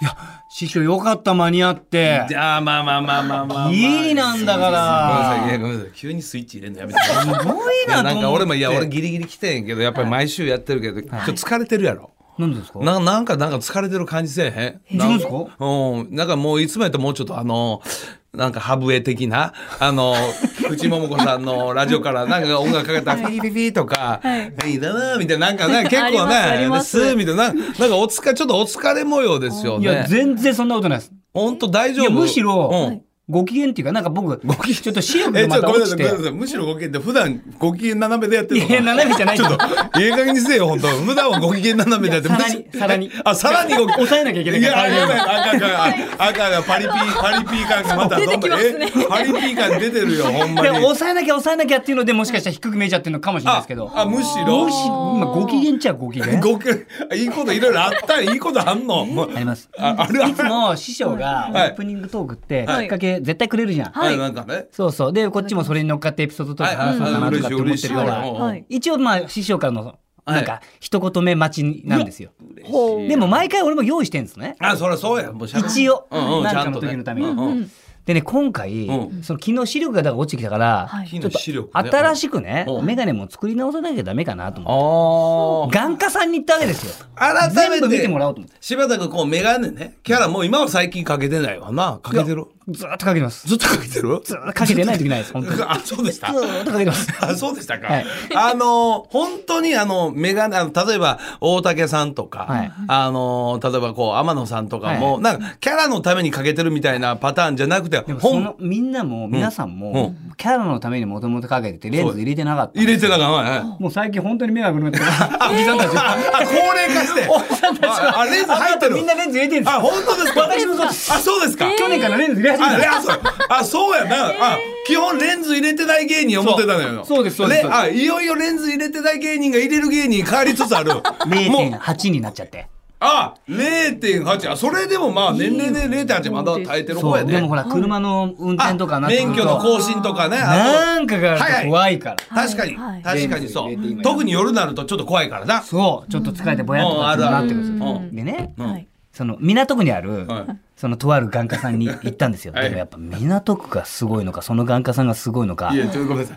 いや、師匠よかった、間に合って。じゃあ、まあまあまあまあまあまあ。いいなんだかごめんならさい。いやごめんなさい。急にスイッチ入れんのやめてください。すごいいやな、なんか俺もいやと思俺ってギリギリ来てんけどやっぱり毎週やってるけど、ちょっと疲れてるやろ、なんでですかななんかなんか疲れてる感じせえへん自分ですなんかうんなんかもういつもやったらもうちょっとあのなんかハブエ的な あの内ももこさんのラジオからなんか音楽かけたら「ピリピリピリ」とか「いいだな」みたいななん かね結構ありね「でますす」みたいななんかおつかちょっとお疲れ模様ですよいや、ね全然そんなことないです。本当大い丈や、夫むしろ、うんご機嫌っていうか、なんか僕、ちょっと視力えがちょまっとたご落めんなちさていご。めんなさいむしろご機嫌って普段ご機嫌斜めでやってるいのかや、斜めじゃないちょっと、ええ加減にせえよ、本当。無駄はご機嫌斜めだって。いやさらにさらにあ、さらにご機抑えなきゃいけないいからや、あれだね赤が、赤がパリピ、パリピ感がまたどんどん、え、パリピ感出てるよ、ほんまで、に。抑えなきゃ抑えなきゃっていうので、もしかしたら低く見えちゃってるのかもしれないですけど。あ、むしろ。むしろ今、ご機嫌っちゃご機嫌。ご機いいこといろいろあったよいいことあんの。あります。ああるあるいつも師匠がオはいープニングトークって、きはいっかけ絶対くれるじゃん。はいなんかね。そうそう。で、こっちもそれに乗っかってエピソードとか話そうかなとかって思ってるかはいはいはい嬉しい嬉しいら、はい一応まあ師匠からの、なんか、一言目待ちなんですよ。ほうでも毎回俺も用意してんですね。あ、そりゃそうや。もうしゃべ一応、うんうんなんちゃかんとのね時のために。うんうんでね、今回、うんその昨日視力がだから落ちてきたから、はい火の視力ね。新い。しくね、うんメガネも作り直さなきゃダメかなと思って。あ眼科さんに行ったわけですよ。あ。改全部見めてても、らおうと思って。柴田君、こう、メガネね。キャラもう今は最近かけてないわな。かけてる。ずーっとかけてます。ずっとかけてるずーっとかけてない時ないです、本当に。ずあ、そうでした。ーっとかけてます。あそうでしたか、はいあの本当にあのメガネあの例えば大竹さんとか、はいあの例えばこう天野さんとかも、はいなんかキャラのためにかけてるみたいなパターンじゃなくてでもそ本のみんなも皆さんも、キャラのためにもともとかけててレンズ入れてなかった入れてなかった、はいもう最近本当に迷惑 になってるあおじさんたちあ高齢化しておじさんたちああレンズ入ってるみんなレンズ入れてるんですあよ本当ですか私もそうですあそうですか、去年からレンズ入れ始めたあ、レンズあ、そうやな。あ、基本レンズ入れてない芸人思ってたのよ。そうそうですそうですレあ、いよいよレンズ入れてない芸人が入れる芸人に変わりつ つある。もう0.8になっちゃってあ、0.8。あ、それでもまあ年齢で0.8まだ耐えてる方そやうね。でもほら車の運あ転とかなってく免る許との更新とかね。あなんかがあると怖いからと確かに、はい確かにレそンズ入れて今う。特に夜になるとちょっと怖いからな。そうちょっと疲れてぼやっとうんかあってるあなっるてくるんですようんでねうんはいその港区にあるはいそのとある眼科さんに行ったんですよはいでもやっぱ港区がすごいのかその眼科さんがすごいのかいや、ちょっとごめんなさ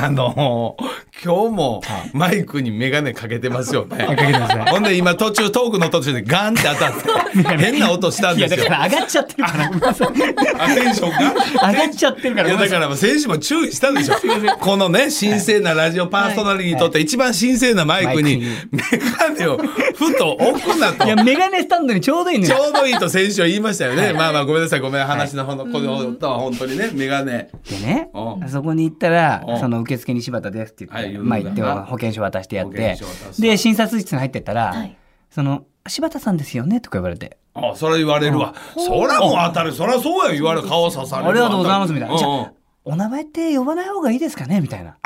い。あの今日もマイクにメガネかけてますよね。かけてますねほんで今途中、トークの途中でガンって当たって、変な音したんいでやすだよか。ら上がっちゃってる からごめんなさいあテンションが上がっちゃってるからいやごめだんなかさいら選手も注意したでしょこのね神聖なラジオパーソナリティにとって一番神聖なマイクにマイメガネをふと置くなといやメガネスタンドにちょうどいいねちょうどいいと選手は言いましたよねまあまあごめんなさいごめん話のほのこの音は本当にねメガネでねうんそこに行ったらうんその受付に柴田ですって言って、はいまあ行って言うな保険証渡してやっ保険て証渡すで診察室に入ってったら、はいその柴田さんですよねとか言われてあそれ言われるわそらもう当たるそらそうや言われる顔刺されるわありがとうございますみたいなうんじゃうんあお名前って呼ばない方がいいですかねみたいな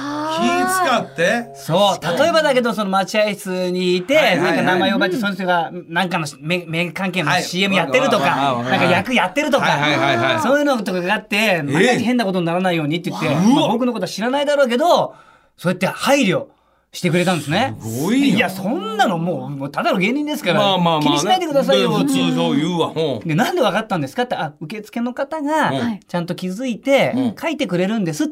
あ気使ってそう例えばだけどその待合室にいて、はいはいはいなんか名前呼ばれて、その人がなんかの名名関係のはい CM やってるとか、はいなんか役やってるとか、はいはいはいはいそういうのとかがあって毎日変なことにならないようにって言って、まあ僕のことは知らないだろうけどそうやって配慮してくれたんですね。すごいよやそんなのもうもうただの芸人ですから、まあまあまあね気にしないでくださいよで普通そう言うわうんで、なんで分かったんですかって、あ、受付の方がうん、ちゃんと気づいてうん、書いてくれるんです。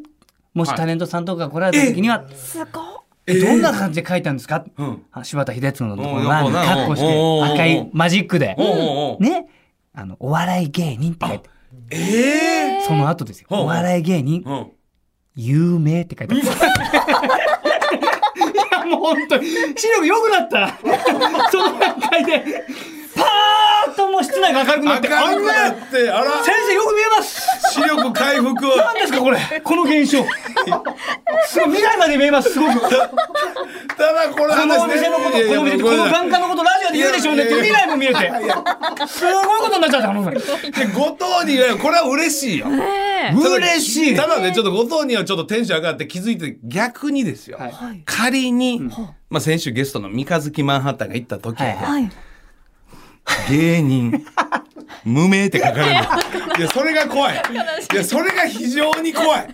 もしはいタレントさんとかが来られた時には、すごっえどんな感じで書いたんですか、うんあ柴田秀嗣のところうんは、カッコしうんうんうんて、赤いマジックでうんうん、うんね、あの、お笑い芸人って書いて、ええその後ですよ。うんうんお笑い芸人、うん有名って 書いてます。いや、もう本当に、視力良くなった ら、その段階で、パーッともう室内が明るくなって、明るくなあって、あら、先生よく見えます視力回復。何ですかこれこの現象すごい未来まで見えますすごくこただこれ話のねお店のこといやいこやのお店ごこめんのなさい眼科のことラジオで言うでしょうねっていう未来も見えてすごいことになっちゃったあので後藤にはこれは嬉しいよ。嬉しいただね、ちょっと後藤にはちょっとテンション上がって気づいて、逆にですよ。はいはい仮に、まあ先週ゲストの三日月マンハッタンが行った時、はいははい芸人、無名って書か れるの。いや、それが怖い。いや、それが非常に怖 い。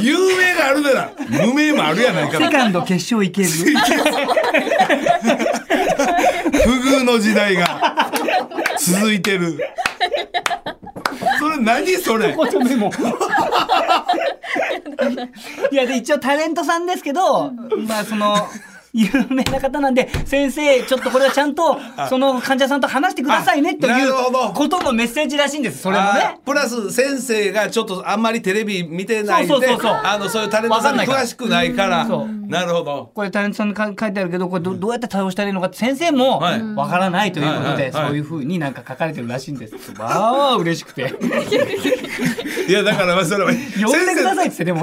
有名があるなら、無名もあるやないかと セカンド決勝いけず不遇の時代が続いてる。それ何それ。こでも。いや、で、一応タレントさんですけど、まあ、その。有名な方なんで、先生、ちょっとこれはちゃんと、その患者さんと話してくださいね、とあないるほどうことのメッセージらしいんです、 それもあねー。プラス先生がちょっとあんまりテレビ見てないんでそうそうそうそうあのそういうタレントさんにわかんないから詳しくないからそうなるほどこれタレントさんにか書いてあるけどこれどどうやって対応したらいいのかって先生もはわいからないということはいはいではいそういうふうになんか書かれてるらしいんですわあ嬉しくて呼んでいやだからまあそ れは先くださいって言ってでも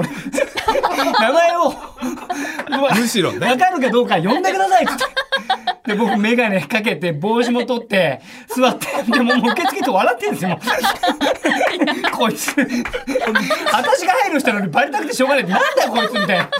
俺名前を むしろね分かるかどうか呼んでくださいって言ってで僕眼鏡かけて帽子も取って座ってでももう受 付と笑ってるんですよもうこいつ私が入るしたのにバレたくてしょうがないなんだよこいつみたいな先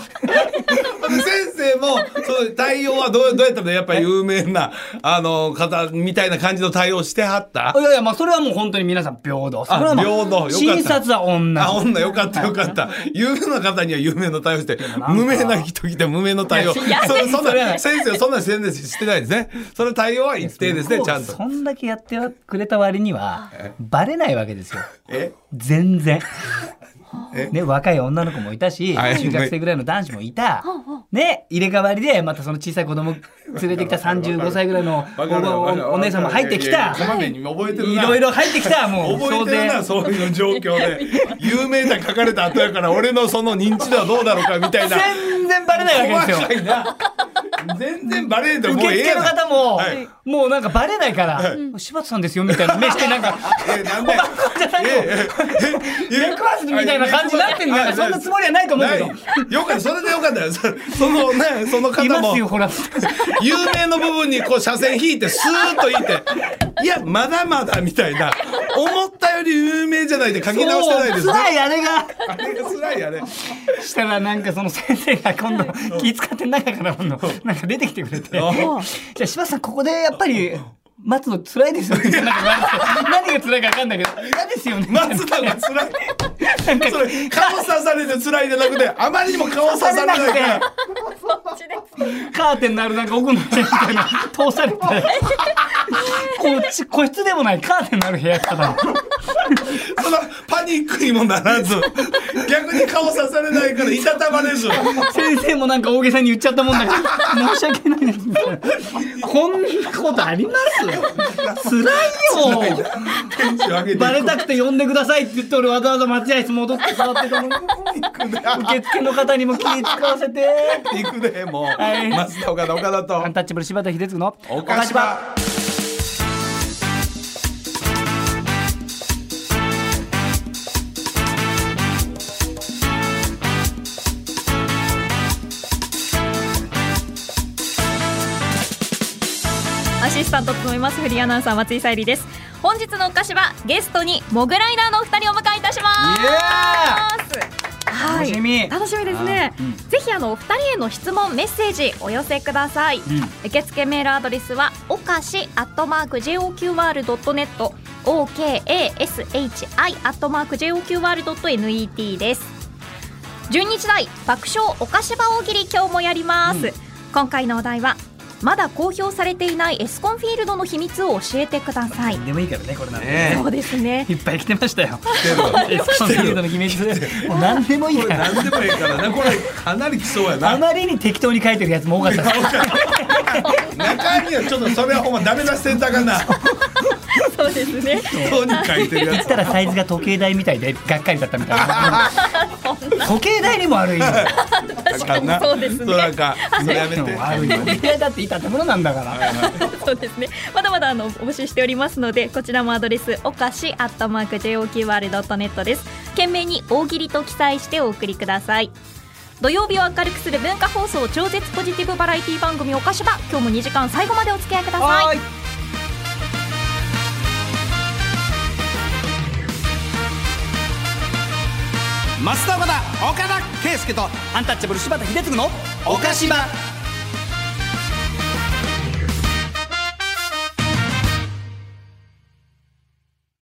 生もその対応はどうどうやったのやっぱり有名なあの方みたいな感じの対応してはったいやいやまあそれはもう本当に皆さん平等それはもうあ平等よかった診察は女あ女よかったよかった有名な方には有名の対応して無名な人来て無名の対応そいやそんそれなは先生はそんな宣伝してないですねその対応は一定ですねちゃんとそんだけやってくれた割にはバレないわけですよえ全然え。ね、若い女の子もいたしはい中学生ぐらいの男子もいた、ね、入れ替わりでまたその小さい子供連れてきた35歳ぐらいのおおお姉さんも入ってきたこまめに覚えいてるなろいろ入ってきたもう覚えてるなそういう状況で有名な書かれた後やから俺のその認知度はどうだろうかみた いな全然バレないわけですよ細かいな全然バレんと受もうええ付やのろ方も、はいもうなんかバレないから「柴田さんですよ」みたいな目してなん かえなんでじゃないよ出くわすみたいな感じになってんのよそんなつもりはないと思うけどないよかったそれでよかったよそそのねそのい方ますよもほら有名の部分にこう車線引いてスーッと引いていやまだまだみたいな思ったより有名じゃないで書き直してないですね辛いあれがあれが辛いあれしたらなんかその先生が今度気使って中から今度なんか出てきてくれて「じゃあ柴田さんここでやっぱり待つの辛いです よね」みたいなこと言われて何が辛いか分かんないけど「嫌ですよね」松田が辛いなんかそれ顔刺されて辛いじゃなくてあまりにも顔刺されないからカーテンのあるなんか奥の部屋みたいなの通されてこっち個室でもないカーテンのある部屋からそのパニックにもならず逆に顔刺されないからいたたまれず先生もなんか大げさに言っちゃったもんだから申し訳ないですみたいなこんなことあります辛いよ天使を上げていくバレたくて呼んでくださいって言って俺わざわざ待合室戻って座ってたのに受付の方にも気使わせて行くでもう、はい松田岡田岡田とアンタッチャブル柴田秀嗣の岡島アシスタントを務めますフリーアナウンサー松井さゆりです本日のお菓子はゲストにモグライダーのお二人をお迎えいたしますイエはい、楽しみ楽しみですね、ぜひあのお二人への質問メッセージお寄せください、受付メールアドレスはおかしアットマーク JOQR.net OKASHI アットマーク JOQR.net です12時台爆笑お菓子場大喜利今日もやります、今回のお題はまだ公表されていないエスコンフィールドの秘密を教えてくださいでもいいからねこれなんてねそうです ねいっぱい来てましたよ来てるわエクソンフィールドの秘密もう何でもいいこかれら何でもいいからねこれかなり来そうやあなまりに適当に書いてるやつも多かったです 中にはちょっとそれはほんまダメ出してんだかなそうですねどうに書いてるや言っつたらサイズが時計台みたいでがっかりだったみたい な時計台にも悪いよ確かなそうですねそうなんかそれやめてでも悪いよ時計台だっていたところなんだから そうですね。まだまだあのお募集しておりますので、こちらもアドレスおかしアットマーク joqr ドットネットです。件名に大喜利と記載してお送りください。土曜日を明るくする文化放送超絶ポジティブバラエティ番組おかしば今日も2時間最後までお付き合いくださはいい増田岡田岡田圭佑とアンタッチャブル柴田秀嗣のおかしば